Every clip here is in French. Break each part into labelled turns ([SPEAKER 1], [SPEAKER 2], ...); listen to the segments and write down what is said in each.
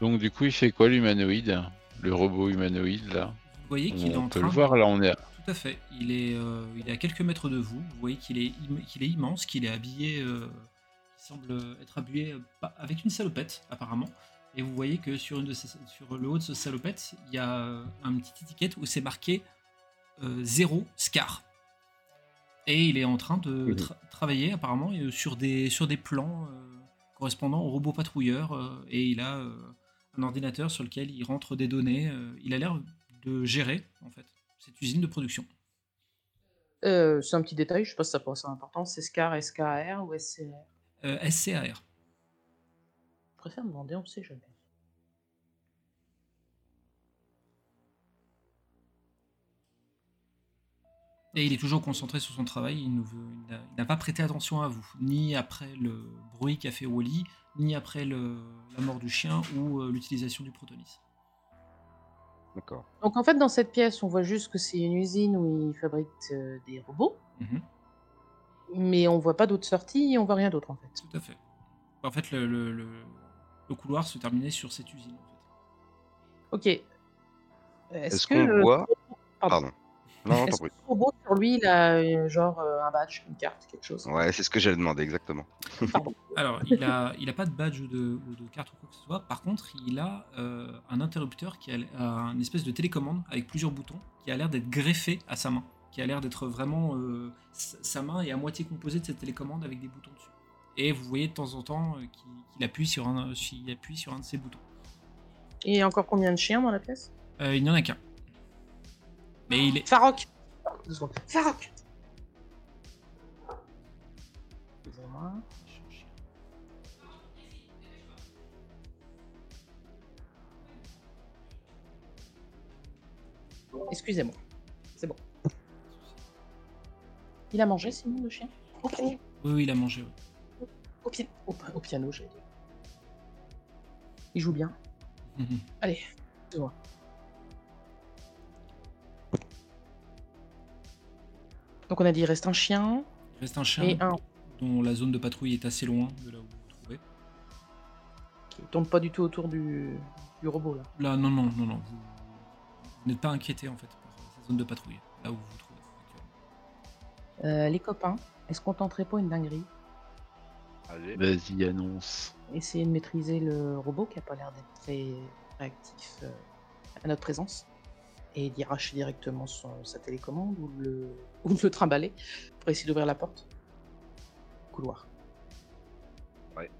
[SPEAKER 1] Donc du coup, il fait quoi l'humanoïde Le robot humanoïde là
[SPEAKER 2] Vous voyez qu'il est
[SPEAKER 1] On
[SPEAKER 2] en
[SPEAKER 1] peut
[SPEAKER 2] train.
[SPEAKER 1] le voir là, on est à-
[SPEAKER 2] Tout à fait. Il est, euh, il est à quelques mètres de vous. Vous voyez qu'il est, im- qu'il est immense, qu'il est habillé, euh, il semble être habillé euh, pas- avec une salopette apparemment. Et vous voyez que sur, une de ces- sur le haut de ce salopette, il y a euh, une petite étiquette où c'est marqué euh, zéro scar. Et il est en train de
[SPEAKER 3] Mhm.
[SPEAKER 2] tra- travailler apparemment euh, sur des, sur des plans euh, correspondant au robot patrouilleur. euh, et il a euh, un ordinateur sur lequel il rentre des données. euh, il a l'air de gérer en fait cette usine de production.
[SPEAKER 4] Euh, c'est un petit détail, je sais pas si ça pourrait être important. C'est SCAR, SCAR ou SCR
[SPEAKER 2] Euh, SCAR.
[SPEAKER 4] Je préfère me demander, on sait jamais.
[SPEAKER 2] Et il est toujours concentré sur son travail, il ne veut- il n'a- il n'a pas prêté attention à vous, ni après le bruit qu'a fait Wally, ni après le- la mort du chien ou euh, l'utilisation du protonis.
[SPEAKER 3] D'accord.
[SPEAKER 4] Donc en fait, dans cette pièce, on voit juste que c'est une usine où ils fabriquent euh, des robots,
[SPEAKER 2] Mhm.
[SPEAKER 4] mais on voit pas d'autres sorties et on voit rien d'autre en fait.
[SPEAKER 2] Tout à fait. En fait, le, le- le- le couloir se terminait sur cette usine. en fait.
[SPEAKER 4] Ok. Euh, Est-ce
[SPEAKER 3] Est-ce
[SPEAKER 4] que
[SPEAKER 3] qu'on
[SPEAKER 4] le
[SPEAKER 3] voit
[SPEAKER 4] Pardon.
[SPEAKER 3] Pardon. Non, non,
[SPEAKER 4] Est-ce
[SPEAKER 3] t'as
[SPEAKER 4] que
[SPEAKER 3] pris.
[SPEAKER 4] le robot sur lui, il a euh, genre euh, un badge, une carte, quelque chose
[SPEAKER 3] Ouais, c'est ce que j'allais demander exactement.
[SPEAKER 2] Alors, il a, il a pas de badge ou de, ou de carte ou quoi que ce soit. Par contre, il a euh, un interrupteur qui a, l- a une espèce de télécommande avec plusieurs boutons qui a l'air d'être greffé à sa main. Qui a l'air d'être vraiment. euh, s- sa main est à moitié composée de cette télécommande avec des boutons dessus. Et vous voyez de temps en temps euh, qu'il qu'il appuie, sur un- s'il appuie sur un de ces boutons.
[SPEAKER 4] Et il y a encore combien de chiens dans la pièce
[SPEAKER 2] Euh, il n'y en a qu'un. Mais il est.
[SPEAKER 4] Farok Deux secondes. Farok Excusez-moi. Excusez-moi. C'est bon. Il a mangé sinon le chien Au piano.
[SPEAKER 2] Oui, oui, il a mangé. oui.
[SPEAKER 4] Au, pi- au pa- au piano, j'ai dit. Il joue bien.
[SPEAKER 2] Mhm.
[SPEAKER 4] Donc on a dit il reste un chien
[SPEAKER 2] Il reste un chien
[SPEAKER 4] et un
[SPEAKER 2] dont la zone de patrouille est assez loin de là où vous vous trouvez.
[SPEAKER 4] qui tourne pas du tout autour du, du robot là.
[SPEAKER 2] Là, non, non, non, non. Vous, vous n'êtes pas inquiété en fait par cette zone de patrouille, là où vous vous trouvez. actuellement.
[SPEAKER 4] Euh, les copains, est-ce qu'on tenterait pas une dinguerie
[SPEAKER 3] Allez.
[SPEAKER 1] Vas-y, annonce.
[SPEAKER 4] Essayer de maîtriser le robot qui a pas l'air d'être très réactif euh, à notre présence et d'y arracher directement son, sa télécommande ou de le, ou de le trimballer pour essayer d'ouvrir la porte Couloir.
[SPEAKER 3] Ouais.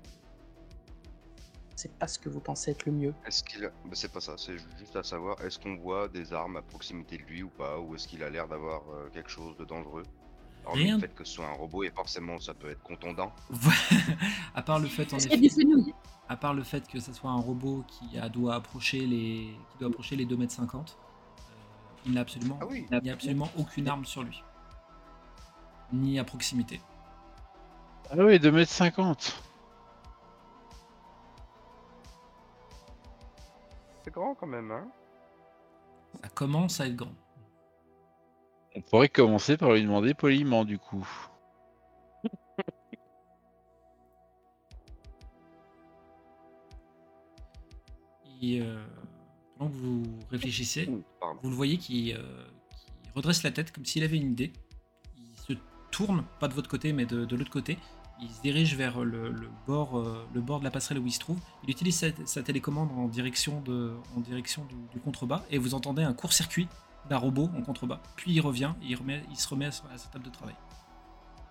[SPEAKER 4] C'est pas ce que vous pensez être le mieux.
[SPEAKER 3] Est-ce qu'il. a- Bah, c'est pas ça, c'est juste à savoir est-ce qu'on voit des armes à proximité de lui ou pas Ou est-ce qu'il a l'air d'avoir euh, quelque chose de dangereux Hormis
[SPEAKER 2] Rien.
[SPEAKER 3] le fait que ce soit un robot et forcément ça peut être contondant.
[SPEAKER 2] à part le fait, en
[SPEAKER 4] Est-ce
[SPEAKER 2] effet,
[SPEAKER 4] qu'il y a du fenouil
[SPEAKER 2] à part le fait que ça soit un robot qui a, doit approcher les, qui doit approcher les 2 m 50, euh, il n'a absolument,
[SPEAKER 3] Ah oui.
[SPEAKER 2] il n'y a absolument aucune arme sur lui, ni à proximité.
[SPEAKER 1] Ah ouais, 2m50
[SPEAKER 3] C'est grand quand même, hein
[SPEAKER 2] Ça commence à être grand.
[SPEAKER 1] On pourrait commencer par lui demander poliment du coup.
[SPEAKER 2] Et euh, pendant que vous réfléchissez,
[SPEAKER 3] Ouh, Pardon.
[SPEAKER 2] Vous le voyez qui, euh, qui redresse la tête comme s'il avait une idée. Il se tourne, pas de votre côté, mais de, de l'autre côté. Il se dirige vers le, le bord, euh, le bord de la passerelle où il se trouve. Il utilise sa, sa télécommande en direction, de, en direction du, du contrebas et vous entendez un court-circuit d'un robot en contrebas. Puis il revient et il, remet, il se remet à, sa- à sa table de travail.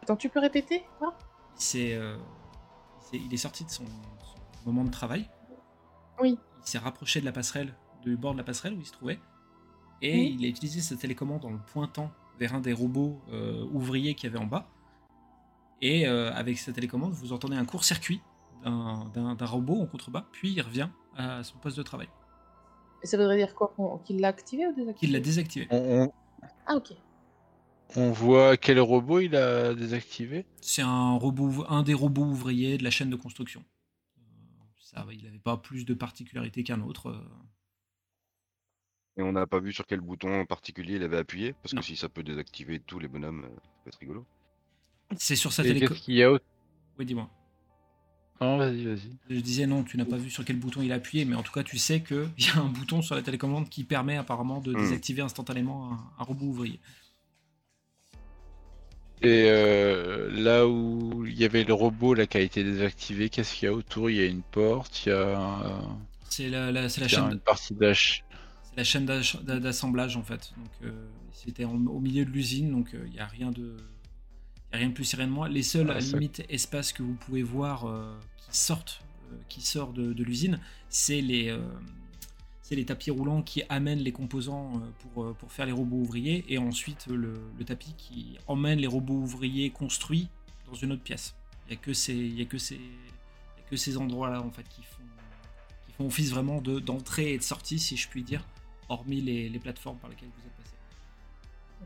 [SPEAKER 4] Attends, tu peux répéter quoi
[SPEAKER 2] Il s'est, euh, il s'est- il est sorti de son, son moment de travail.
[SPEAKER 4] Oui.
[SPEAKER 2] Il s'est rapproché de la passerelle, du bord de la passerelle où il se trouvait, et
[SPEAKER 4] Oui.
[SPEAKER 2] il a utilisé sa télécommande en le pointant vers un des robots euh, ouvriers qu'il y avait en bas. Et euh, avec sa télécommande, vous entendez un court-circuit d'un d'un- d'un robot en contrebas, puis il revient à son poste de travail.
[SPEAKER 4] Et ça voudrait dire quoi qu'on- Qu'il l'a activé ou désactivé
[SPEAKER 2] Il l'a désactivé.
[SPEAKER 1] On, on-
[SPEAKER 4] Ah ok.
[SPEAKER 1] on voit quel robot il a désactivé
[SPEAKER 2] C'est un robot, ouv- un des robots ouvriers de la chaîne de construction. Euh, Ça, va, il n'avait pas plus de particularité qu'un autre. euh.
[SPEAKER 3] Et on n'a pas vu sur quel bouton en particulier il avait appuyé, parce
[SPEAKER 2] Non.
[SPEAKER 3] que si ça peut désactiver tous les bonhommes, euh, ça peut être rigolo.
[SPEAKER 2] C'est sur sa
[SPEAKER 1] Et
[SPEAKER 2] télécommande.
[SPEAKER 1] qu'est-ce qu'il y a au-
[SPEAKER 2] Oui, dis-moi.
[SPEAKER 1] Non, vas-y, vas-y.
[SPEAKER 2] Je disais non, tu n'as pas vu sur quel bouton il a appuyé, mais en tout cas, tu sais qu'il y a un bouton sur la télécommande qui permet apparemment de
[SPEAKER 3] Hmm.
[SPEAKER 2] désactiver instantanément un, un robot ouvrier.
[SPEAKER 1] Et euh, là où il y avait le robot là qui a été désactivé, qu'est-ce qu'il y a autour Il y a une porte, il y a, un-
[SPEAKER 2] C'est la, la- c'est la
[SPEAKER 1] il y a
[SPEAKER 2] chaîne,
[SPEAKER 1] une partie d'âge.
[SPEAKER 2] c'est la chaîne d'ach- d'a- d'assemblage en fait. Donc euh, c'était en- au milieu de l'usine, donc euh, il n'y a rien de, il y a rien de plus, il y a rien de moins. Les seuls
[SPEAKER 1] Ah,
[SPEAKER 2] à la
[SPEAKER 1] ça-
[SPEAKER 2] limite espaces que vous pouvez voir euh, qui sortent, euh, qui sortent de, de l'usine, c'est les, euh, c'est les tapis roulants qui amènent les composants euh, pour, euh, pour faire les robots ouvriers, et ensuite euh, le, le tapis qui emmène les robots ouvriers construits dans une autre pièce. Il n'y a que ces, il y a que ces, il y a que ces endroits-là en fait qui font, qui font office vraiment de- d'entrée et de sortie, si je puis dire, hormis les, les plateformes par lesquelles vous êtes passé.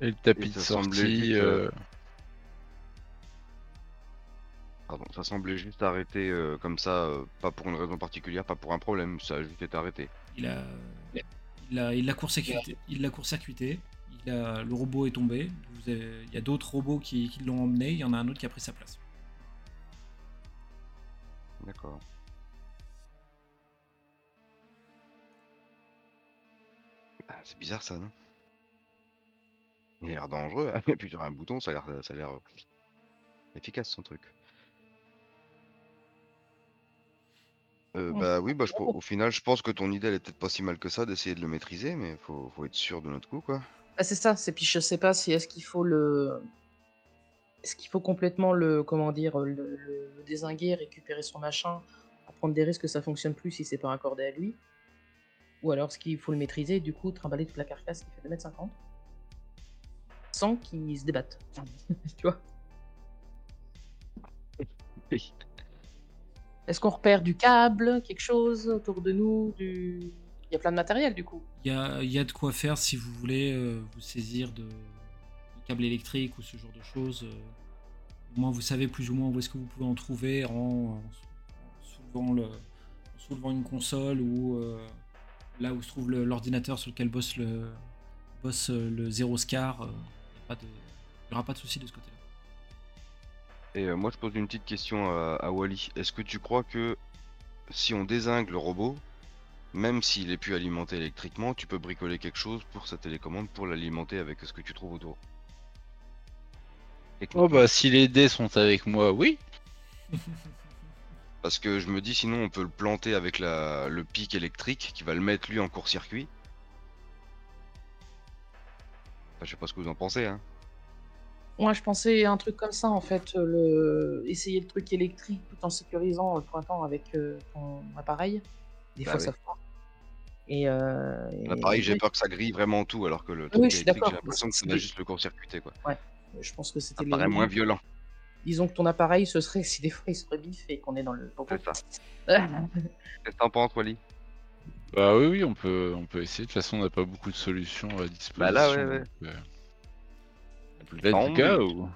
[SPEAKER 1] Et le tapis
[SPEAKER 3] Et
[SPEAKER 1] de
[SPEAKER 3] ça semblait
[SPEAKER 1] sortie.
[SPEAKER 3] juste,
[SPEAKER 1] euh,
[SPEAKER 3] Pardon, ça semblait juste arrêté euh, comme ça, euh, pas pour une raison particulière, pas pour un problème, ça a juste été arrêté.
[SPEAKER 2] Il a, il a, il l'a court-circuité. Il l'a court-circuité. Il a, le robot est tombé. Vous avez- il y a d'autres robots qui, qui l'ont emmené. Il y en a un autre qui a pris sa place.
[SPEAKER 3] D'accord. Ah, c'est bizarre ça, non Il a l'air dangereux, hein appuyer sur un bouton, ça a l'air ça a l'air euh, efficace son truc. Euh,
[SPEAKER 4] Ouais.
[SPEAKER 3] bah oui, bah, je pour- au final, je pense que ton idée, elle est peut-être pas si mal que ça d'essayer de le maîtriser, mais faut, faut être sûr de notre coup, quoi.
[SPEAKER 4] Ah, c'est ça, c'est puis je sais pas si est-ce qu'il faut le. Est-ce qu'il faut complètement le. Comment dire Le, le- le désinguer, récupérer son machin, pour prendre des risques que ça fonctionne plus si c'est pas raccordé à lui Ou alors est-ce qu'il faut le maîtriser et du coup trimballer toute la carcasse qui fait 2m50 Sans qu'il se débatte. tu vois
[SPEAKER 1] Oui.
[SPEAKER 4] Est-ce qu'on repère du câble, quelque chose autour de nous du... Il y a plein de matériel du coup.
[SPEAKER 2] Il y a, il y a de quoi faire si vous voulez euh, vous saisir de, de câbles électriques ou ce genre de choses. euh. au moins, vous savez plus ou moins où est-ce que vous pouvez en trouver en, en sou- en soulevant, le, en soulevant une console ou euh, là où se trouve le- l'ordinateur sur lequel bosse le, bosse euh, le Zero Scar. euh, il n'y a pas de- il y aura pas de souci de ce côté-là.
[SPEAKER 3] Et euh, moi, je pose une petite question à, à Wally. Est-ce que tu crois que si on désingue le robot, même s'il est plus alimenté électriquement, tu peux bricoler quelque chose pour sa télécommande pour l'alimenter avec ce que tu trouves autour
[SPEAKER 1] Oh bah si les dés sont avec moi, oui.
[SPEAKER 3] Parce que je me dis, sinon, on peut le planter avec la, le pic électrique qui va le mettre lui en court-circuit. Enfin, je sais pas ce que vous en pensez, hein.
[SPEAKER 4] Moi, je pensais à un truc comme ça, en fait, euh, le... essayer le truc électrique tout en sécurisant le pointant avec euh, ton appareil. Des
[SPEAKER 3] Bah
[SPEAKER 4] fois,
[SPEAKER 3] oui.
[SPEAKER 4] ça foire. Et, euh, et-
[SPEAKER 3] L'appareil, j'ai peur que ça grille vraiment tout, alors que le
[SPEAKER 4] je
[SPEAKER 3] truc
[SPEAKER 4] suis
[SPEAKER 3] électrique,
[SPEAKER 4] d'accord,
[SPEAKER 3] j'ai
[SPEAKER 4] mais
[SPEAKER 3] l'impression que ça
[SPEAKER 4] c'est-
[SPEAKER 3] va juste le court-circuiter, quoi.
[SPEAKER 4] Je pense que c'était
[SPEAKER 3] Ça
[SPEAKER 4] les-
[SPEAKER 3] paraît moins violent.
[SPEAKER 4] Disons que ton appareil, ce serait si des fois il serait biffé et qu'on est dans le.
[SPEAKER 3] C'est ça. Qu'est-ce que t'en penses, Wally
[SPEAKER 1] Bah oui, oui, on peut, on peut essayer. De toute façon, on n'a pas beaucoup de solutions à disposition.
[SPEAKER 3] Bah là, ouais, ouais.
[SPEAKER 1] donc, euh,
[SPEAKER 3] Plus
[SPEAKER 1] let's
[SPEAKER 3] temps, mais-
[SPEAKER 1] go.
[SPEAKER 2] Donc,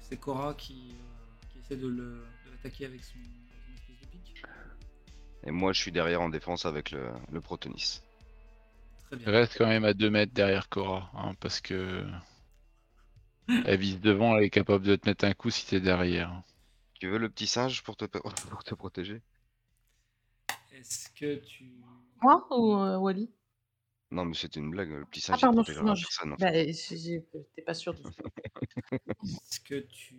[SPEAKER 2] C'est Cora qui, euh, qui essaie de le- de l'attaquer avec son, son espèce de pic.
[SPEAKER 3] Et moi, je suis derrière en défense avec le, le Protonis.
[SPEAKER 2] Très bien.
[SPEAKER 1] Reste quand même à 2 mètres derrière Cora, hein, parce que la vis devant, elle est capable de te mettre un coup si t'es derrière.
[SPEAKER 3] Tu veux le petit singe pour te, pour te protéger
[SPEAKER 2] Est-ce que tu.
[SPEAKER 4] Moi ou euh, Wally
[SPEAKER 3] Non, mais c'était une blague. Le petit
[SPEAKER 4] Ah,
[SPEAKER 3] singe,
[SPEAKER 4] pardon,
[SPEAKER 3] il protégera
[SPEAKER 4] excuse-moi, je-
[SPEAKER 3] personne. en
[SPEAKER 4] Bah,
[SPEAKER 3] fait.
[SPEAKER 4] euh, j'ai- j'ai- J'étais pas sûr du tout.
[SPEAKER 2] Est-ce que tu.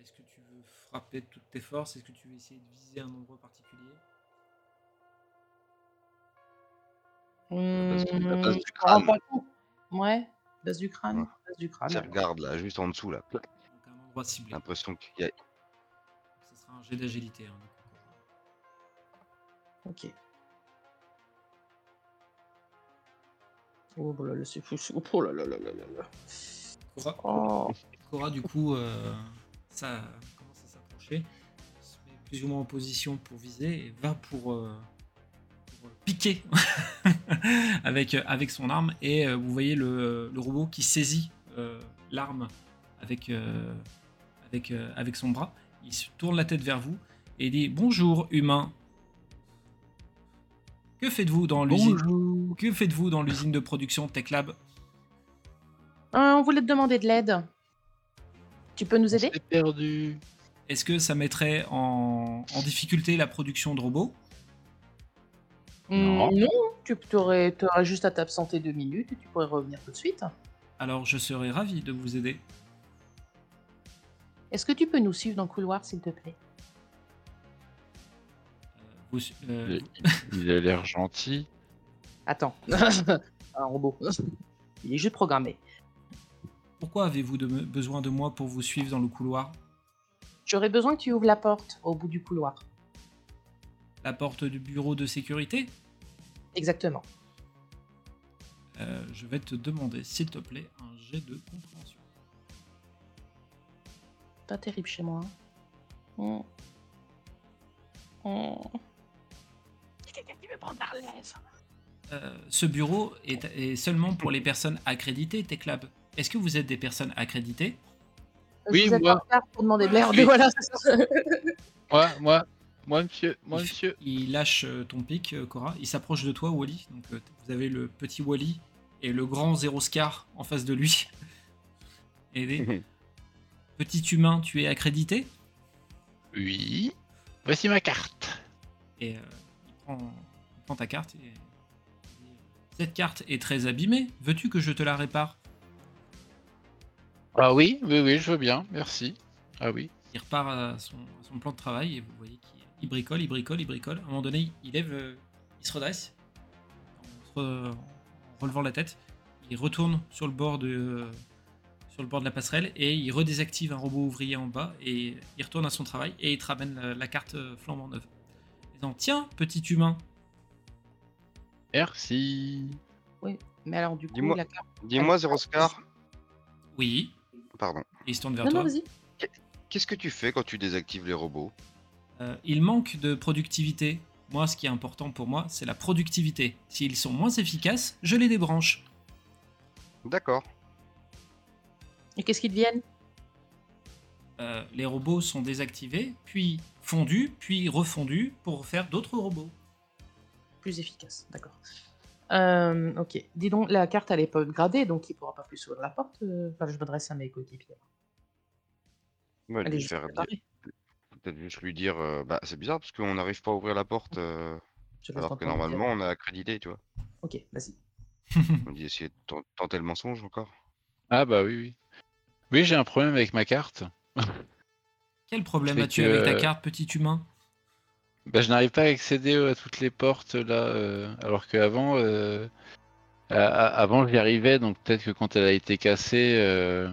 [SPEAKER 2] Est-ce que tu veux frapper de toutes tes forces Est-ce que tu veux essayer de viser un endroit particulier
[SPEAKER 3] base du- la
[SPEAKER 4] Hum,
[SPEAKER 3] base du
[SPEAKER 4] je me rends
[SPEAKER 3] crâne.
[SPEAKER 4] pas compte. Ouais, base du crâne.
[SPEAKER 3] Ouais.
[SPEAKER 4] Base du crâne.
[SPEAKER 3] Tiens, Ah, regarde là, juste en dessous là.
[SPEAKER 2] Donc un endroit ciblé.
[SPEAKER 3] J'ai l'impression qu'il y a.
[SPEAKER 2] Ce sera un jet d'agilité. hein, du coup, Cora.
[SPEAKER 4] Ok. Oh bah là là, c'est fou. c'est- Oh là là là là là là.
[SPEAKER 2] Cora,
[SPEAKER 4] Oh.
[SPEAKER 2] Cora, du coup, euh, ça commence à s'approcher, se met plus ou moins en position pour viser et va pour, euh, pour, euh, piquer avec, euh, avec son arme. Et euh, vous voyez le, le robot qui saisit euh, l'arme avec, euh, avec, euh, avec son bras. Il se tourne la tête vers vous et dit Bonjour, humain. Que faites-vous dans l'usine Que faites-vous dans l'usine de production TechLab
[SPEAKER 4] Euh, Ah, on voulait te demander de l'aide. Tu peux nous
[SPEAKER 1] On
[SPEAKER 4] aider
[SPEAKER 1] s'est perdu.
[SPEAKER 2] Est-ce que ça mettrait en, en difficulté la production de robots
[SPEAKER 1] Non.
[SPEAKER 4] Mm, tu aurais, juste à t'absenter deux minutes et tu pourrais revenir tout de suite.
[SPEAKER 2] Alors je serais ravi de vous aider.
[SPEAKER 4] Est-ce que tu peux nous suivre dans le couloir, s'il te plaît
[SPEAKER 2] Euh, vous- euh,
[SPEAKER 1] Il, il a l'air gentil.
[SPEAKER 4] Attends. Un robot. Il est juste programmé.
[SPEAKER 2] pourquoi avez-vous de- besoin de moi pour vous suivre dans le couloir
[SPEAKER 4] J'aurais besoin que tu ouvres la porte au bout du couloir.
[SPEAKER 2] La porte du bureau de sécurité
[SPEAKER 4] Exactement.
[SPEAKER 2] Euh, Je vais te demander, s'il te plaît, un jet de compréhension.
[SPEAKER 4] Pas terrible chez moi. hein. Mm. Mm. Y a quelqu'un qui veut prendre la relève.
[SPEAKER 2] Euh, ce bureau est, est seulement pour les personnes accréditées, Techlab. Est-ce que vous êtes des personnes accréditées
[SPEAKER 1] Oui,
[SPEAKER 4] je vous
[SPEAKER 1] moi.
[SPEAKER 4] attends tard pour demander de l'air.
[SPEAKER 1] Oui.
[SPEAKER 4] Voilà, c'est ça.
[SPEAKER 1] Moi, moi, moi, monsieur, moi,
[SPEAKER 2] Il-
[SPEAKER 1] monsieur.
[SPEAKER 2] Il lâche euh, ton pic, euh, Cora. Il s'approche de toi, Wally. Donc, euh, vous avez le petit Wally et le grand Zeroscar en face de lui. Aidez. petit humain, tu es accrédité
[SPEAKER 1] Oui. Voici ma carte.
[SPEAKER 2] Et euh, il, prend, il prend ta carte. et- Cette carte est très abîmée. Veux-tu que je te la répare
[SPEAKER 1] Ah oui, oui, oui, je veux bien, merci. Ah oui.
[SPEAKER 2] Il repart à son, à son plan de travail et vous voyez qu'il il bricole, il bricole, il bricole. À un moment donné, il lève, euh, il se redresse en, se re- en relevant la tête. Il retourne sur le bord de euh, sur le bord de la passerelle et il redésactive un robot ouvrier en bas et il retourne à son travail et il te ramène la, la carte euh, flambant neuve. En disant, tiens, petit humain,
[SPEAKER 1] Merci.
[SPEAKER 4] Mais alors, du coup,
[SPEAKER 3] Dis-moi.
[SPEAKER 4] la carte.
[SPEAKER 3] Dis-moi, Zeroscar,
[SPEAKER 2] oui.
[SPEAKER 3] pardon,
[SPEAKER 2] Et il se tourne vers
[SPEAKER 4] Non,
[SPEAKER 2] toi.
[SPEAKER 4] non, vas-y.
[SPEAKER 3] qu'est-ce que tu fais quand tu désactives les robots
[SPEAKER 2] Euh, il manque de productivité. Moi, ce qui est important pour moi, c'est la productivité. S'ils sont moins efficaces, je les débranche.
[SPEAKER 3] D'accord. Bah,
[SPEAKER 4] Et qu'est-ce qu'ils deviennent
[SPEAKER 2] Euh, les robots sont désactivés, puis fondus, puis refondus pour faire d'autres robots.
[SPEAKER 4] Plus efficace, d'accord. Euh, ok. Dis donc, la carte, elle est pas upgradée, donc il pourra pas plus ouvrir la porte. euh, Enfin, je m'adresse à mes coéquipiers.
[SPEAKER 3] Ouais,
[SPEAKER 4] Elle
[SPEAKER 3] lui
[SPEAKER 4] est juste
[SPEAKER 3] faire-
[SPEAKER 4] préparée.
[SPEAKER 3] Peut-être juste lui dire, euh, bah, c'est bizarre parce qu'on n'arrive pas à ouvrir la porte euh,
[SPEAKER 4] Je laisse
[SPEAKER 3] alors
[SPEAKER 4] ton
[SPEAKER 3] que
[SPEAKER 4] point de vue.
[SPEAKER 3] normalement on a accrédité, tu vois.
[SPEAKER 4] Ok, vas-y.
[SPEAKER 3] On dit essayer de ten- tenter le mensonge encore.
[SPEAKER 1] Ah bah oui, oui. Oui, j'ai un problème avec ma carte.
[SPEAKER 2] Quel problème
[SPEAKER 1] C'est
[SPEAKER 2] as-tu
[SPEAKER 1] que-
[SPEAKER 2] avec ta carte, petit humain
[SPEAKER 1] Bah, je n'arrive pas à accéder euh, à toutes les portes là, euh, alors qu'avant, euh, à- à- avant j'y arrivais, donc peut-être que quand elle a été cassée, euh,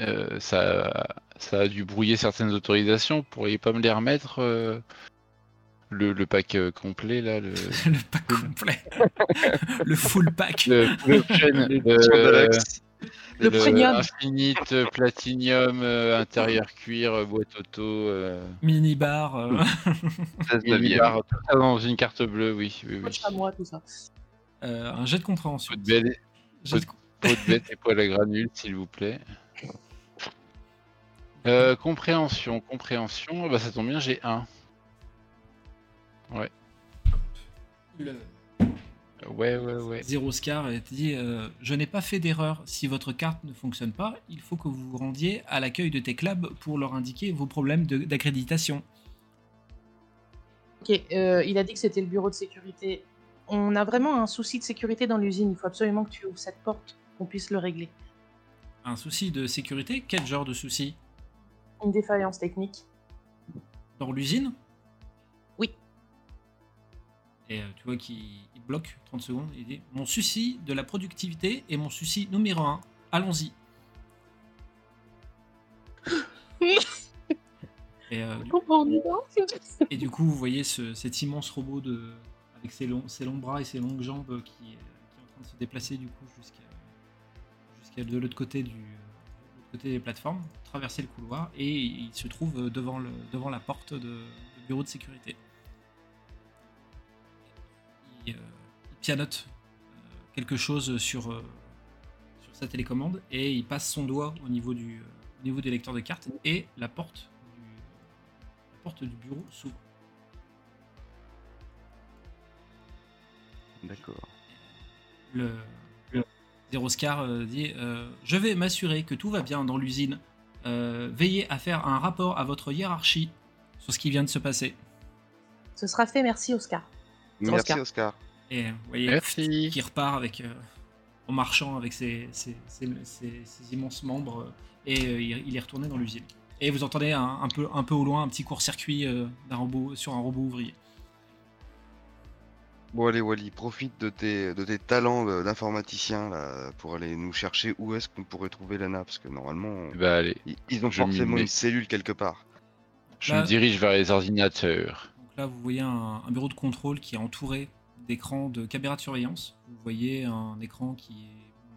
[SPEAKER 1] euh, ça, ça a dû brouiller certaines autorisations. Pourriez pas me les remettre euh, le, le pack euh, complet là, le,
[SPEAKER 2] Le pack complet. le full pack.
[SPEAKER 1] le, le option, euh,
[SPEAKER 4] Le premium.
[SPEAKER 1] Infinite euh, Platinum euh, intérieur cuir euh, boîte auto. euh,
[SPEAKER 2] Mini-bar. euh.
[SPEAKER 1] minibar, tout ça dans une carte bleue, oui. oui, oui.
[SPEAKER 4] Moi, je suis à moi, tout ça.
[SPEAKER 2] Euh, un jet de compréhension.
[SPEAKER 1] Faut de belle-
[SPEAKER 2] Jet de-
[SPEAKER 1] Peau de bête et poil à granule, s'il vous plaît. Euh, compréhension, compréhension, bah ça tombe bien, j'ai un.
[SPEAKER 2] Le-
[SPEAKER 1] Ouais, ouais, ouais.
[SPEAKER 2] Zero Scar et dit euh, Je n'ai pas fait d'erreur. Si votre carte ne fonctionne pas, il faut que vous vous rendiez à l'accueil de Techlab pour leur indiquer vos problèmes de- d'accréditation.
[SPEAKER 4] Ok, euh, il a dit que c'était le bureau de sécurité. On a vraiment un souci de sécurité dans l'usine. Il faut absolument que tu ouvres cette porte, qu'on puisse le régler.
[SPEAKER 2] Un souci de sécurité Quel genre de souci
[SPEAKER 4] Une défaillance technique.
[SPEAKER 2] Dans l'usine
[SPEAKER 4] Oui.
[SPEAKER 2] Et euh, tu vois qu'il il bloque 30 secondes et il dit Mon souci de la productivité est mon souci numéro un. Allons-y. et, euh, du- et du coup, vous voyez ce- cet immense robot de, avec ses longs, ses longs bras et ses longues jambes qui, est- qui est en train de se déplacer du coup jusqu'à jusqu'à de l'autre côté du de l'autre côté des plateformes, traverser le couloir et il se trouve devant le devant la porte de, du bureau de sécurité. Il, euh, il pianote euh, quelque chose sur euh, sur sa télécommande et il passe son doigt au niveau du au niveau des lecteurs de cartes et la porte du, la porte du bureau s'ouvre.
[SPEAKER 3] D'accord.
[SPEAKER 2] le, le Zeroscar euh, dit euh, Je vais m'assurer que tout va bien dans l'usine. euh, veillez à faire un rapport à votre hiérarchie sur ce qui vient de se passer.
[SPEAKER 4] Ce sera fait, merci Oscar.
[SPEAKER 3] Merci
[SPEAKER 4] Oscar.
[SPEAKER 3] Oscar.
[SPEAKER 2] Et vous voyez,
[SPEAKER 1] Merci.
[SPEAKER 2] qui repart avec, euh, en marchant avec ses, ses- ses- ses- ses immenses membres euh, et euh, il, il est retourné dans l'usine. Et vous entendez un, un peu, un peu au loin un petit court-circuit euh, d'un robot, sur un robot ouvrier.
[SPEAKER 3] Bon allez Wally, profite de tes, de tes talents euh, d'informaticien là pour aller nous chercher où est-ce qu'on pourrait trouver l'ANA parce que normalement on-
[SPEAKER 1] Bah allez,
[SPEAKER 3] ils- ils ont
[SPEAKER 1] je m'y
[SPEAKER 3] forcément
[SPEAKER 1] mets.
[SPEAKER 3] une cellule quelque part.
[SPEAKER 1] je
[SPEAKER 4] Bah.
[SPEAKER 2] Là-
[SPEAKER 1] me dirige vers les ordinateurs.
[SPEAKER 2] Donc là, vous voyez un, un bureau de contrôle qui est entouré d'écrans de caméras de surveillance. Vous voyez un écran qui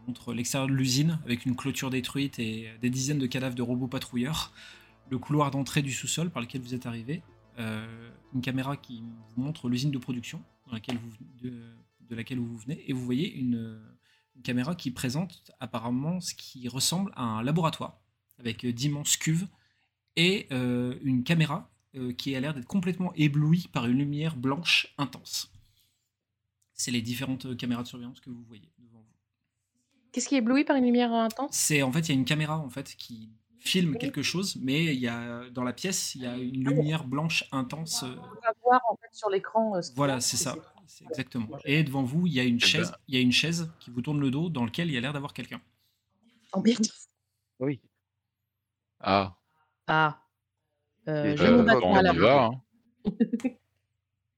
[SPEAKER 2] montre l'extérieur de l'usine avec une clôture détruite et des dizaines de cadavres de robots patrouilleurs. Le couloir d'entrée du sous-sol par lequel vous êtes arrivé. Euh, une caméra qui vous montre l'usine de production dans laquelle vous, de, de laquelle vous venez. Et vous voyez une, une caméra qui présente apparemment ce qui ressemble à un laboratoire avec d'immenses cuves et euh, une caméra euh, qui a l'air d'être complètement ébloui par une lumière blanche intense. C'est les différentes euh, caméras de surveillance que vous voyez devant vous.
[SPEAKER 4] Qu'est-ce qui est ébloui par une lumière euh, intense
[SPEAKER 2] C'est en fait il y a une caméra en fait qui filme quelque chose, mais il y a dans la pièce il y a une lumière blanche intense. euh,
[SPEAKER 4] On va voir en fait sur l'écran. euh, ce qu'il y a,
[SPEAKER 2] Voilà, c'est ça, c'est exactement. Et devant vous il y a une
[SPEAKER 1] ben.
[SPEAKER 2] chaise, il y a une chaise qui vous tourne le dos dans lequel il y a l'air d'avoir quelqu'un.
[SPEAKER 4] Oh merde.
[SPEAKER 3] Oui.
[SPEAKER 1] Ah,
[SPEAKER 4] Ah. Euh,
[SPEAKER 3] Et
[SPEAKER 4] je
[SPEAKER 3] euh,
[SPEAKER 4] vais me
[SPEAKER 1] bon,
[SPEAKER 4] battre
[SPEAKER 3] bon,
[SPEAKER 4] à
[SPEAKER 1] on
[SPEAKER 4] la
[SPEAKER 1] y va. hein.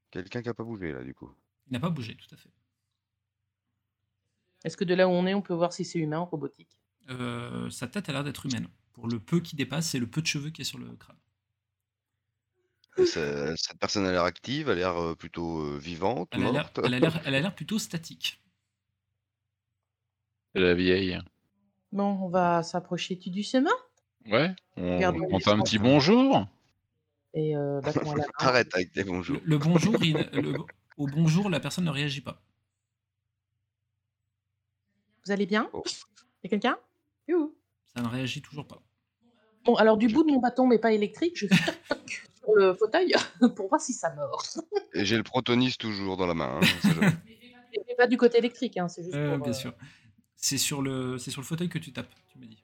[SPEAKER 3] Quelqu'un qui a pas bougé là du coup.
[SPEAKER 2] Il n'a pas bougé, tout à fait.
[SPEAKER 4] Est-ce que de là où on est, on peut voir si c'est humain ou robotique
[SPEAKER 2] Euh, sa tête a l'air d'être humaine. Pour le peu qui dépasse, et le peu de cheveux qui est sur le crâne.
[SPEAKER 3] Et c'est- Cette personne a l'air active, elle a l'air euh, plutôt euh, vivante,
[SPEAKER 2] Elle a l'air-
[SPEAKER 3] morte.
[SPEAKER 2] elle a l'air- elle a l'air plutôt statique.
[SPEAKER 1] La vieille.
[SPEAKER 4] Bon, on va s'approcher tu du chemin
[SPEAKER 1] Ouais, on,
[SPEAKER 4] Regarde,
[SPEAKER 1] on
[SPEAKER 4] on
[SPEAKER 1] tente
[SPEAKER 4] descend.
[SPEAKER 1] un petit bonjour.
[SPEAKER 4] et euh, battons à la main.
[SPEAKER 3] Arrête avec tes bonjours.
[SPEAKER 2] Le, le bonjour, il- le- au bonjour, la personne ne réagit pas.
[SPEAKER 4] Vous allez bien
[SPEAKER 3] Oh.
[SPEAKER 4] Y a quelqu'un Youhou.
[SPEAKER 2] Ça ne réagit toujours pas.
[SPEAKER 4] Bon, alors du
[SPEAKER 3] Je-
[SPEAKER 4] bout de mon bâton, mais pas électrique, je fais toc sur le fauteuil pour voir si ça mord.
[SPEAKER 3] Et j'ai le protonis toujours dans la main. hein, ça, je-
[SPEAKER 4] Mais pas du côté électrique, hein, c'est juste
[SPEAKER 2] Euh,
[SPEAKER 4] pour,
[SPEAKER 2] bien
[SPEAKER 4] euh,
[SPEAKER 2] sûr. C'est sur le, c'est sur le fauteuil que tu tapes. Tu me dis.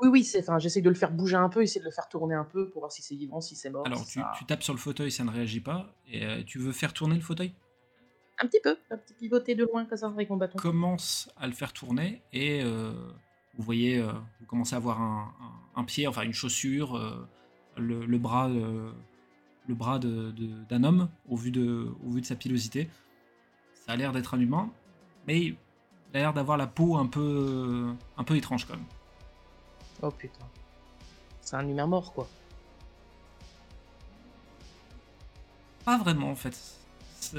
[SPEAKER 4] Oui, oui, c'est. Enfin, j'essaie de le faire bouger un peu, essayer de le faire tourner un peu pour voir si c'est vivant, si c'est mort.
[SPEAKER 2] Alors
[SPEAKER 4] si
[SPEAKER 2] tu,
[SPEAKER 4] ça-
[SPEAKER 2] tu tapes sur le fauteuil, ça ne réagit pas. Et euh, tu veux faire tourner le fauteuil.
[SPEAKER 4] Un petit peu, un petit pivoter de loin comme ça avec mon bâton.
[SPEAKER 2] Commence à le faire tourner et euh, vous voyez, euh, vous commencez à avoir un, un- un pied, enfin une chaussure, euh, le, le bras, euh, le bras de- de- d'un homme au vu de, au vu de sa pilosité. Ça a l'air d'être un humain, mais il a l'air d'avoir la peau un peu, un peu étrange quand même.
[SPEAKER 4] Oh putain. C'est un humain mort, quoi.
[SPEAKER 2] Pas vraiment en fait. Ça,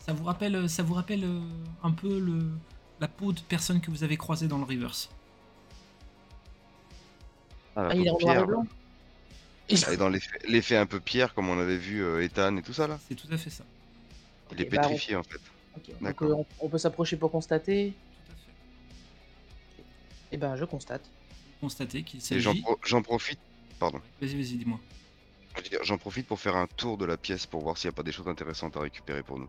[SPEAKER 2] ça vous rappelle, ça vous rappelle euh, un peu le, la peau de personne que vous avez croisée dans le reverse.
[SPEAKER 3] Ah, la
[SPEAKER 4] Ah, il est en
[SPEAKER 3] pauvre
[SPEAKER 4] noir et
[SPEAKER 3] Pierre,
[SPEAKER 4] blanc.
[SPEAKER 3] là. Ah, Et dans l'effet l'effet un peu pierre, comme on avait vu euh, Ethan et tout ça là.
[SPEAKER 2] C'est tout à fait ça.
[SPEAKER 3] Il est
[SPEAKER 4] Ok, bah, on-
[SPEAKER 3] pétrifié en fait.
[SPEAKER 4] ok, donc,
[SPEAKER 3] D'accord.
[SPEAKER 4] euh, on, on peut s'approcher pour constater.
[SPEAKER 2] Tout à fait.
[SPEAKER 4] Eh ben, je constate.
[SPEAKER 2] Constatez qu'il
[SPEAKER 3] Et j'en
[SPEAKER 2] s'agit.
[SPEAKER 3] pro- j'en profite. Pardon.
[SPEAKER 2] Vas-y, vas-y, dis-moi.
[SPEAKER 3] Je veux dire, J'en profite pour faire un tour de la pièce pour voir s'il n'y a pas des choses intéressantes à récupérer pour nous.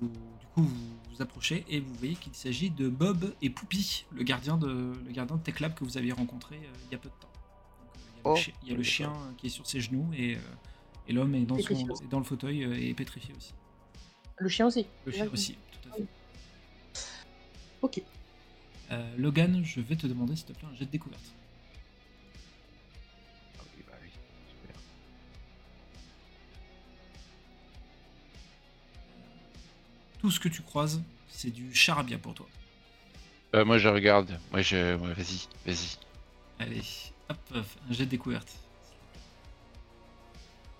[SPEAKER 2] Vous- Du coup, vous vous approchez et vous voyez qu'il s'agit de Bob et Poupy, le gardien de, le gardien de Teclab que vous aviez rencontré euh, il y a peu de temps.
[SPEAKER 3] Oh.
[SPEAKER 2] Donc, euh, il y a le chi- il y a le chien euh, qui est sur ses genoux et, euh, et l'homme est dans, son,
[SPEAKER 4] Pétrifié aussi.
[SPEAKER 2] est dans le fauteuil euh, et est pétrifié aussi.
[SPEAKER 4] Le chien aussi.
[SPEAKER 2] Le chien
[SPEAKER 4] Ouais,
[SPEAKER 2] aussi, tout à fait.
[SPEAKER 4] Ok.
[SPEAKER 2] Euh, Logan, je vais te demander s'il te plaît un jet de découverte.
[SPEAKER 3] Ah oui, bah oui, super.
[SPEAKER 2] Tout ce que tu croises, c'est du charabia pour toi.
[SPEAKER 1] Euh, moi je regarde. Moi je. ouais, vas-y, vas-y.
[SPEAKER 2] Allez, hop, hop, un jet de découverte.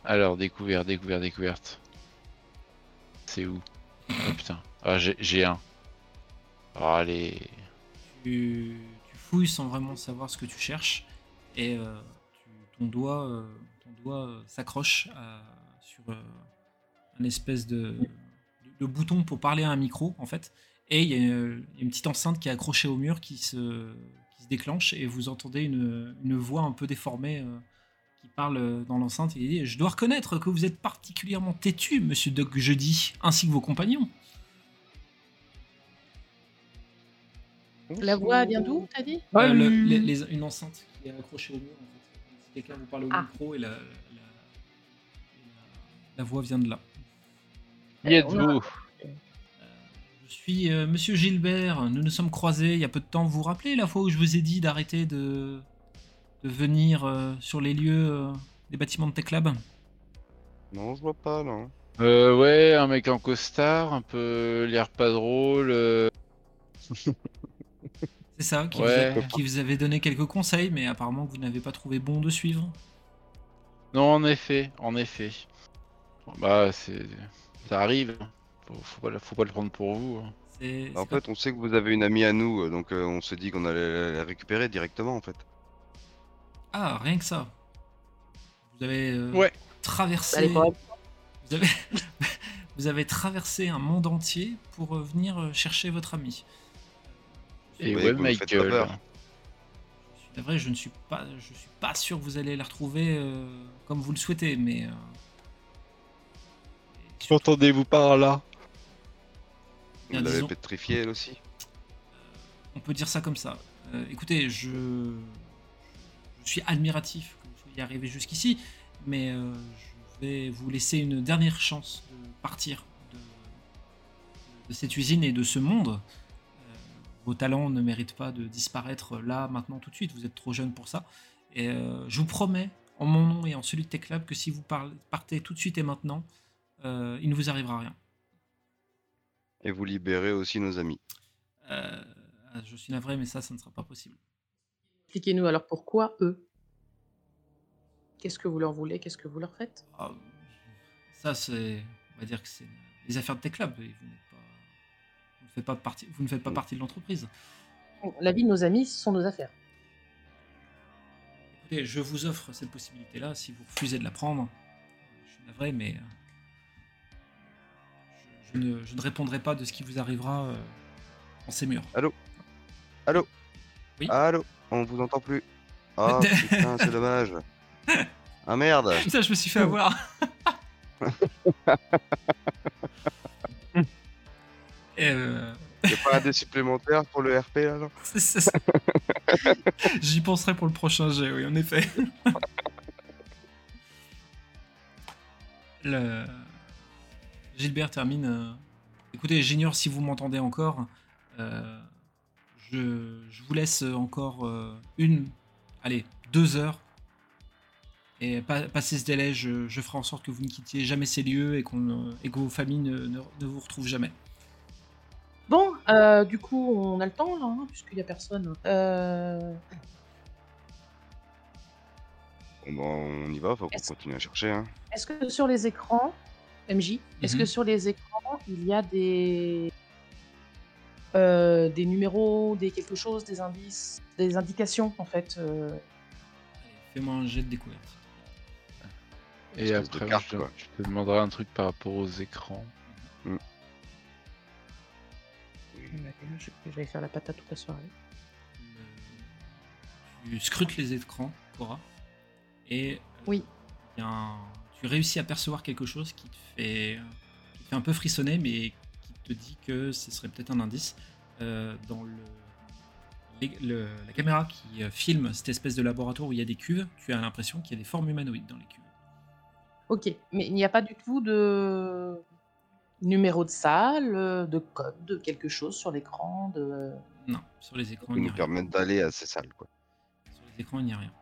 [SPEAKER 1] Alors, découverte, découverte, découverte. C'est où Oh putain. Ah, j'ai- j'ai un. Oh, allez.
[SPEAKER 2] tu, tu fouilles sans vraiment savoir ce que tu cherches et euh, tu- ton doigt, euh, ton doigt euh, s'accroche à- sur euh, un espèce de, de- de bouton pour parler à un micro en fait et il y, a une il y a une petite enceinte qui est accrochée au mur qui se, qui se déclenche et vous entendez une, une voix un peu déformée euh, qui parle euh, dans l'enceinte et qui dit je dois reconnaître que vous êtes particulièrement têtu monsieur Doc Jeudi ainsi que vos compagnons
[SPEAKER 4] La voix vient d'où, t'as dit
[SPEAKER 2] Euh, le- les- les- une enceinte qui est accrochée au mur. En fait. Si quelqu'un vous parle au
[SPEAKER 4] Ah.
[SPEAKER 2] micro et la, la, la- la voix vient de là.
[SPEAKER 1] Qui
[SPEAKER 4] Euh, on a-
[SPEAKER 1] êtes-vous
[SPEAKER 2] Je suis euh, Monsieur Gilbert, nous nous sommes croisés il y a peu de temps. Vous vous rappelez la fois où je vous ai dit d'arrêter de, de venir euh, sur les lieux euh, des bâtiments de Tech Lab
[SPEAKER 3] Non, je vois pas, non.
[SPEAKER 1] Euh, ouais, un mec en costard, un peu l'air pas drôle. euh,
[SPEAKER 2] C'est ça, qui,
[SPEAKER 1] Ouais.
[SPEAKER 2] vous a- qui vous avait donné quelques conseils, mais apparemment que vous n'avez pas trouvé bon de suivre.
[SPEAKER 1] Non, en effet, en effet. Bon, Bah, c'est, ça arrive. hein. Faut, faut pas, le- faut pas le prendre pour vous. hein.
[SPEAKER 2] C'est-
[SPEAKER 3] Bah, En
[SPEAKER 2] c'est pas-
[SPEAKER 3] fait, on sait que vous avez une amie à nous, euh, donc euh, on s'est dit qu'on allait la- la récupérer directement, en fait.
[SPEAKER 2] Ah, rien que ça. Vous avez euh,
[SPEAKER 1] Ouais.
[SPEAKER 2] traversé.
[SPEAKER 4] Allez, pour-
[SPEAKER 2] Vous avez, vous avez traversé un monde entier pour euh, venir euh, chercher votre ami.
[SPEAKER 1] Et
[SPEAKER 3] Bah, Vous
[SPEAKER 1] ouais,
[SPEAKER 3] voyez que vous me faites pas
[SPEAKER 1] Michael.
[SPEAKER 3] peur.
[SPEAKER 2] Je suis- C'est vrai, je ne suis pas, je suis pas sûr que vous allez la retrouver euh, comme vous le souhaitez, mais. euh, et surtout,
[SPEAKER 1] Entendez-vous par là
[SPEAKER 3] Vous
[SPEAKER 2] Bien,
[SPEAKER 3] l'avez
[SPEAKER 2] disons.
[SPEAKER 3] pétrifiée, elle aussi.
[SPEAKER 2] on peut dire ça comme ça. Euh, écoutez, je, je suis admiratif que vous soyez arrivé jusqu'ici, mais euh, je vais vous laisser une dernière chance de partir de, de cette usine et de ce monde. Euh, vos talents ne méritent pas de disparaître là, maintenant, tout de suite. Vous êtes trop jeune pour ça. Et euh, je vous promets, en mon nom et en celui de TechLab, que si vous par- partez tout de suite et maintenant, euh, il ne vous arrivera rien.
[SPEAKER 3] Et vous libérez aussi nos amis.
[SPEAKER 2] Euh, je suis navré, mais ça, ça ne sera pas possible.
[SPEAKER 4] Expliquez-nous alors pourquoi eux Qu'est-ce que vous leur voulez Qu'est-ce que vous leur faites
[SPEAKER 2] Ah, ça, c'est. On va dire que c'est les affaires de Tech Lab. et vous n'êtes pas. Vous ne faites pas partie, vous ne faites pas partie de l'entreprise.
[SPEAKER 4] La vie de nos amis, ce sont nos affaires.
[SPEAKER 2] Écoutez, je vous offre cette possibilité-là. Si vous refusez de la prendre, je suis navré, mais. euh, Je, je ne, je ne répondrai pas de ce qui vous arrivera euh, en ces murs. Oui.
[SPEAKER 3] Allô On vous entend plus. Ah putain, c'est dommage. Ah merde
[SPEAKER 2] Putain, je me suis fait avoir Et, euh,
[SPEAKER 3] Y'a pas un dé supplémentaire pour le RP là, non
[SPEAKER 2] c'est- c'est- J'y penserai pour le prochain jet, oui, en effet. Le- Gilbert termine. euh, Écoutez, j'ignore si vous m'entendez encore. Euh, je, je vous laisse encore euh, une, allez, deux heures. Et pa- passé ce délai, je, je ferai en sorte que vous ne quittiez jamais ces lieux et, qu'on, euh, et que vos familles ne, ne- ne vous retrouvent jamais.
[SPEAKER 4] Bon, euh, du coup, on a le temps là, hein, puisqu'il n'y a personne. Euh,
[SPEAKER 3] Bon, bah, on y va, faut qu'on
[SPEAKER 4] Est-ce-
[SPEAKER 3] continue à chercher. Hein.
[SPEAKER 4] Est-ce que sur les écrans, MJ, est-ce
[SPEAKER 2] Mhm.
[SPEAKER 4] que sur les écrans, il y a des, euh, des numéros, des quelque chose, des indices, des indications en fait euh,
[SPEAKER 2] Allez, fais-moi un jet de découverte.
[SPEAKER 1] Et
[SPEAKER 3] Espèce de
[SPEAKER 1] après,
[SPEAKER 3] carte,
[SPEAKER 1] je,
[SPEAKER 3] quoi.
[SPEAKER 1] je te demanderai un truc par rapport aux écrans.
[SPEAKER 4] Je je vais faire la patate toute la soirée.
[SPEAKER 2] Le- Euh, tu scrutes les écrans, Cora, et euh,
[SPEAKER 4] Oui.
[SPEAKER 2] il y a un- tu réussis à percevoir quelque chose qui te fait, qui te fait un peu frissonner, mais qui te dit que ce serait peut-être un indice. Euh, dans le, les- le- la caméra qui euh, filme cette espèce de laboratoire où il y a des cuves, tu as l'impression qu'il y a des formes humanoïdes dans les cuves.
[SPEAKER 4] Ok, mais il n'y a pas du tout de numéro de salle, euh, de code, de quelque chose sur l'écran. De...
[SPEAKER 2] Non, sur les écrans,
[SPEAKER 3] Qui
[SPEAKER 2] il n'y
[SPEAKER 3] nous
[SPEAKER 2] a rien.
[SPEAKER 3] permettent d'aller à ces salles, quoi.
[SPEAKER 2] Sur les écrans, il n'y a rien.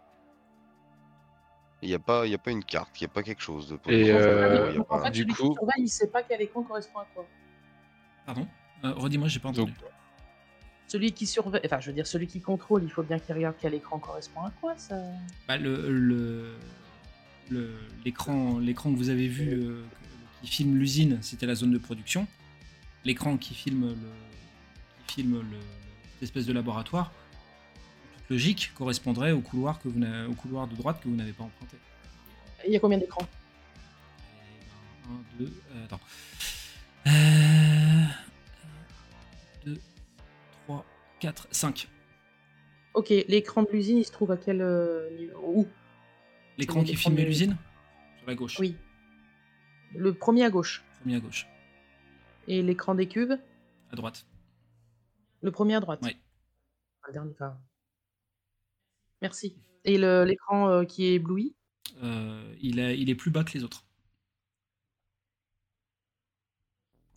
[SPEAKER 3] Il n'y a, pas- y a pas une carte, il n'y a pas quelque chose de...
[SPEAKER 1] Et,
[SPEAKER 4] euh,
[SPEAKER 3] y a
[SPEAKER 4] En
[SPEAKER 3] pas-
[SPEAKER 4] fait,
[SPEAKER 1] du
[SPEAKER 4] celui qui
[SPEAKER 1] coup-
[SPEAKER 4] surveille, il ne sait pas quel écran correspond à quoi.
[SPEAKER 2] Pardon Euh, Redis-moi, j'ai pas entendu.
[SPEAKER 1] Donc,
[SPEAKER 4] Celui qui surveille, enfin, je veux dire, celui qui contrôle, il faut bien qu'il regarde quel écran correspond à quoi. Ça...
[SPEAKER 2] Bah, le- le le- l'écran l'écran que vous avez vu euh, qui filme l'usine, c'était la zone de production. L'écran qui filme le qui filme le- l'espèce de laboratoire, en toute logique, correspondrait au couloir que vous n'a- au couloir de droite que vous n'avez pas emprunté.
[SPEAKER 4] Il y a combien d'écrans
[SPEAKER 2] Et un, deux, euh, attends. Euh, un, deux, trois, quatre, cinq.
[SPEAKER 4] Ok, l'écran de l'usine, il se trouve à quel euh, niveau Où
[SPEAKER 2] L'écran qui
[SPEAKER 4] L'écran
[SPEAKER 2] filmait
[SPEAKER 4] de-
[SPEAKER 2] l'usine sur la gauche,
[SPEAKER 4] Oui. Le premier à gauche.
[SPEAKER 2] premier à gauche,
[SPEAKER 4] Et l'écran des cubes,
[SPEAKER 2] à droite.
[SPEAKER 4] le premier à droite.
[SPEAKER 2] Oui.
[SPEAKER 4] pas le dernier. enfin. Merci. Et le- l'écran euh, qui est ébloui
[SPEAKER 2] Euh, il, a- il est plus bas que les autres.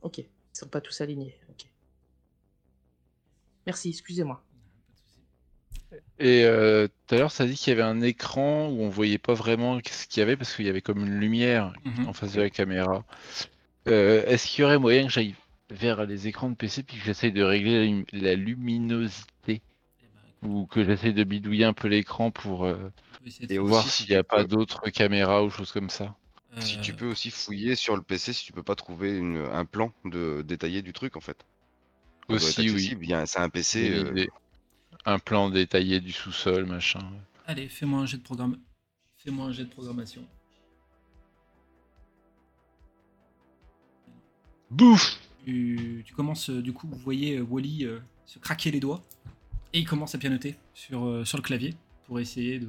[SPEAKER 4] Ok. Ils sont pas tous alignés. Ok. Merci, excusez-moi.
[SPEAKER 1] Et euh, tout à l'heure, ça dit qu'il y avait un écran où on voyait pas vraiment ce qu'il y avait parce qu'il y avait comme une lumière
[SPEAKER 2] Mhm.
[SPEAKER 1] en face de la caméra. Euh, Est-ce qu'il y aurait moyen que j'aille vers les écrans de PC puis que j'essaye de régler la lum- la luminosité
[SPEAKER 2] Eh ben, écoute,
[SPEAKER 1] ou que j'essaye de bidouiller un peu l'écran pour euh,
[SPEAKER 2] on peut essayer de
[SPEAKER 3] Et
[SPEAKER 2] faire
[SPEAKER 3] aussi,
[SPEAKER 1] voir
[SPEAKER 3] si
[SPEAKER 1] s'il
[SPEAKER 3] tu
[SPEAKER 1] n'y a pas
[SPEAKER 3] peux-
[SPEAKER 1] d'autres caméras ou choses comme ça
[SPEAKER 2] ça.
[SPEAKER 3] Si tu
[SPEAKER 2] Euh,
[SPEAKER 3] peux aussi fouiller sur le PC si tu peux pas trouver une- un plan de détaillé du truc en fait. Ça doit être
[SPEAKER 1] Aussi, oui.
[SPEAKER 3] accessible, il y a un- C'est un PC.
[SPEAKER 1] Bonne
[SPEAKER 3] euh,
[SPEAKER 1] idée. Un plan détaillé du sous-sol, machin.
[SPEAKER 2] Allez, fais-moi un jet de programme. Fais-moi un jet de programmation.
[SPEAKER 1] Bouf
[SPEAKER 2] Tu, tu commences, euh, du coup, vous voyez euh, Wally euh, se craquer les doigts et il commence à pianoter sur, euh, sur le clavier pour essayer de,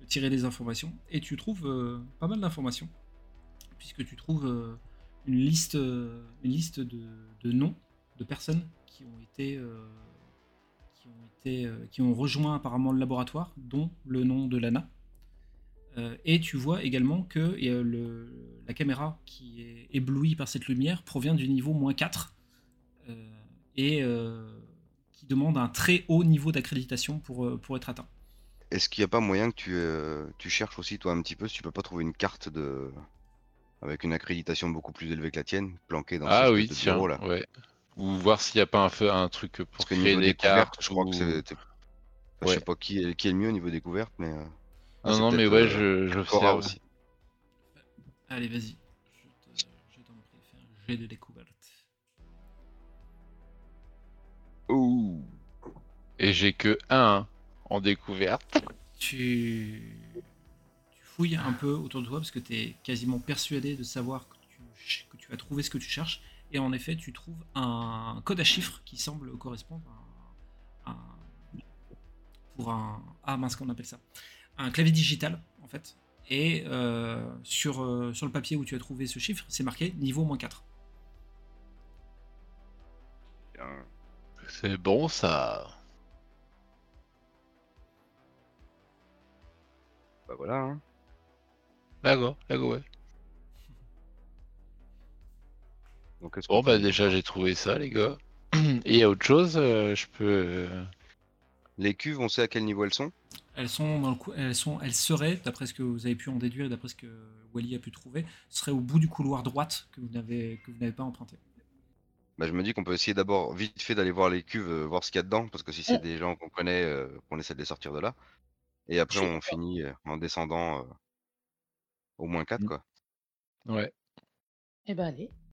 [SPEAKER 2] de tirer des informations. Et tu trouves euh, pas mal d'informations, puisque tu trouves euh, une liste, euh, une liste de, de noms de personnes qui ont été, euh, qui ont été, euh, qui ont rejoint apparemment le laboratoire, dont le nom de Lana. Euh, et tu vois également que euh, le- la caméra qui est éblouie par cette lumière provient du niveau moins 4 euh, et euh, qui demande un très haut niveau d'accréditation pour, euh, pour être atteint.
[SPEAKER 3] Est-ce qu'il n'y a pas moyen que tu, euh, tu cherches aussi toi un petit peu si tu peux pas trouver une carte de avec une accréditation beaucoup plus élevée que la tienne, planquée dans
[SPEAKER 1] Ah
[SPEAKER 3] ce
[SPEAKER 1] oui,
[SPEAKER 3] espèce de
[SPEAKER 1] tiens,
[SPEAKER 3] bureau là.
[SPEAKER 1] ouais. Ou voir s'il n'y a pas un, feu- un truc pour
[SPEAKER 3] Parce que
[SPEAKER 1] créer
[SPEAKER 3] niveau
[SPEAKER 1] des
[SPEAKER 3] découverte,
[SPEAKER 1] cartes.
[SPEAKER 3] je crois que
[SPEAKER 1] ou-
[SPEAKER 3] c'est. t'es- enfin, Je
[SPEAKER 1] Ouais.
[SPEAKER 3] sais pas qui est, qui est le mieux au niveau découverte, mais. euh, ah,
[SPEAKER 1] Non,
[SPEAKER 3] c'est
[SPEAKER 1] non, mais
[SPEAKER 3] peut-être,
[SPEAKER 1] ouais,
[SPEAKER 3] euh,
[SPEAKER 1] je, je
[SPEAKER 3] Cora
[SPEAKER 1] observe.
[SPEAKER 3] aussi.
[SPEAKER 2] Allez, vas-y. Je te- je t'en prie, fais un jet de découverte.
[SPEAKER 3] Ouh.
[SPEAKER 1] Et j'ai que 1 en découverte.
[SPEAKER 2] tu, tu fouilles un peu autour de toi parce que tu es quasiment persuadé de savoir que tu, ch- que tu as trouvé ce que tu cherches. Et en effet, tu trouves un code à chiffres qui semble correspondre à un. un- pour un. Ah mince, qu'on appelle ça Un clavier digital, en fait. Et euh, sur, euh, sur le papier où tu as trouvé ce chiffre, c'est marqué niveau moins 4.
[SPEAKER 3] Bien.
[SPEAKER 1] C'est bon, ça.
[SPEAKER 3] Bah voilà. hein.
[SPEAKER 1] D'accord, d'accord, ouais.
[SPEAKER 3] Donc, est-ce
[SPEAKER 1] Bon,
[SPEAKER 3] qu'on
[SPEAKER 1] bah
[SPEAKER 3] peut-
[SPEAKER 1] déjà, j'ai trouvé ça, les gars. Et il y a autre chose, euh, je peux... euh,
[SPEAKER 3] Les cuves, on sait à quel niveau elles sont.
[SPEAKER 2] Elles sont dans le cou- elles sont, elles seraient, d'après ce que vous avez pu en déduire, et d'après ce que Wally a pu trouver, seraient au bout du couloir droite que vous n'avez que vous n'avez pas emprunté.
[SPEAKER 3] Bah, je me dis qu'on peut essayer d'abord vite fait d'aller voir les cuves, euh, voir ce qu'il y a dedans, parce que si c'est des gens qu'on connaît, euh, qu'on essaie de les sortir de là. Et après,
[SPEAKER 4] Je-
[SPEAKER 3] on finit euh, en descendant euh, au moins 4,
[SPEAKER 1] Mm.
[SPEAKER 3] quoi.
[SPEAKER 1] Ouais.
[SPEAKER 4] Eh ben allez.